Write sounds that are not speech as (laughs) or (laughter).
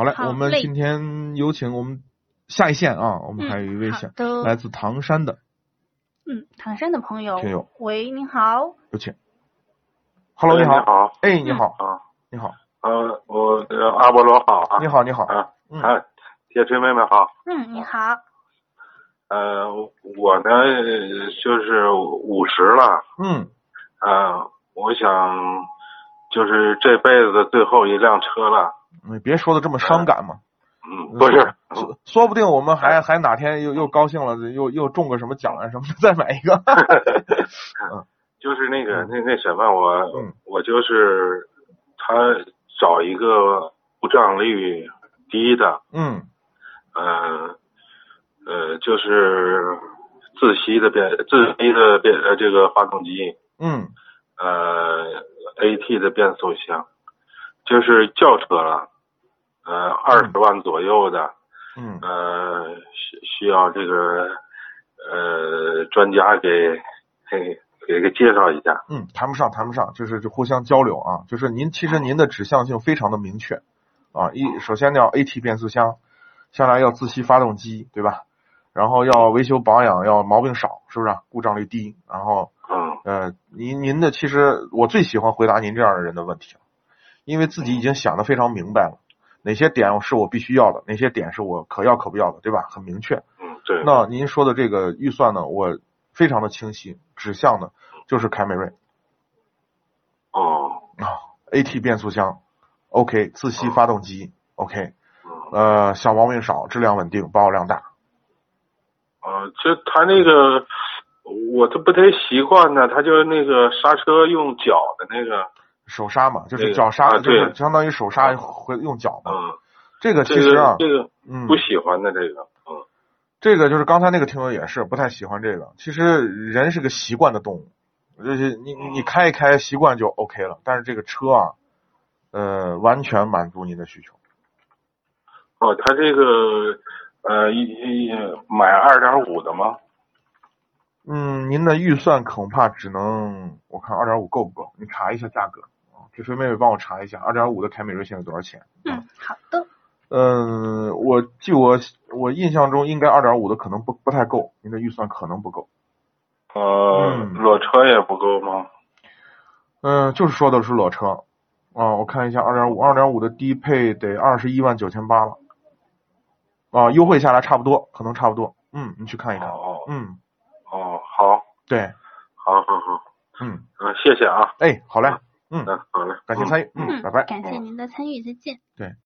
好嘞，好我们嘞今天有请我们下一线啊，我们还有一位嗯好线、的来自唐山的嗯，唐山的朋友，听友，喂，您好，有请。Hello，你你好，好哎，你好，啊，你好，哎呃，我呃阿波罗好啊，你好，你好，啊嗯啊，铁锤妹妹好，嗯，你好，呃，我呢就是五十了，嗯，啊，我想就是这辈子最后一辆车了，你别说的这么伤感嘛，嗯，不是，哎说说不定我们还还哪天又又高兴了，又又中个什么奖啊什么的，再买一个。 (laughs) 就是那个那那什么，我嗯我就是他找一个故障率低的，嗯嗯，呃，就是自吸的变自吸的变呃这个发动机。嗯呃 AT 的变速箱，就是轿车了，呃，二十万左右的，嗯呃，需需要这个呃专家给给给给介绍一下。嗯，谈不上谈不上，就是就互相交流啊，就是您其实您的指向性非常的明确啊，一首先要 AT 变速箱，下来要自吸发动机，对吧？然后要维修保养，要毛病少，是不是啊、故障率低，然后嗯呃，您您的其实我最喜欢回答您这样的人的问题了，啊因为自己已经想的非常明白了，哪些点是我必须要的，哪些点是我可要可不要的，对吧？很明确。嗯，对，那您说的这个预算呢，我非常的清晰，指向呢就是凯美瑞哦，啊，AT 变速箱，OK，自吸发动机，OK，嗯，呃，小毛病少，质量稳定，保有量大。呃，就他那个。我都不太习惯呢，他就是那个刹车用脚的那个，手刹嘛，就是对脚刹，啊就对是相当于手刹会用脚嘛。嗯，这个这啊其实啊个，这个嗯，不喜欢的这个，嗯这个就是刚才那个听友也是不太喜欢这个。其实人是个习惯的动物，就是你嗯你你开一开习惯就 OK 了。但是这个车啊，呃，完全满足您的需求。哦，他这个呃一一买二点五的吗？嗯，您的预算恐怕只能我看二点五够不够？你查一下价格啊，铁锤妹妹帮我查一下，二点五的凯美瑞现在多少钱？嗯，好的，嗯，我据我我印象中应该二点五的可能不不太够，您的预算可能不够。呃嗯，裸车也不够吗？嗯，就是说的是裸车啊，我看一下二点五，二点五的低配得二十一万九千八了，啊，优惠下来差不多，可能差不多。嗯，你去看一看。哦嗯，哦，好，对，好好好，嗯，嗯，谢谢啊，哎，好嘞，嗯，好嘞，感谢嗯参与，嗯，嗯拜拜。，感谢您的参与，再见。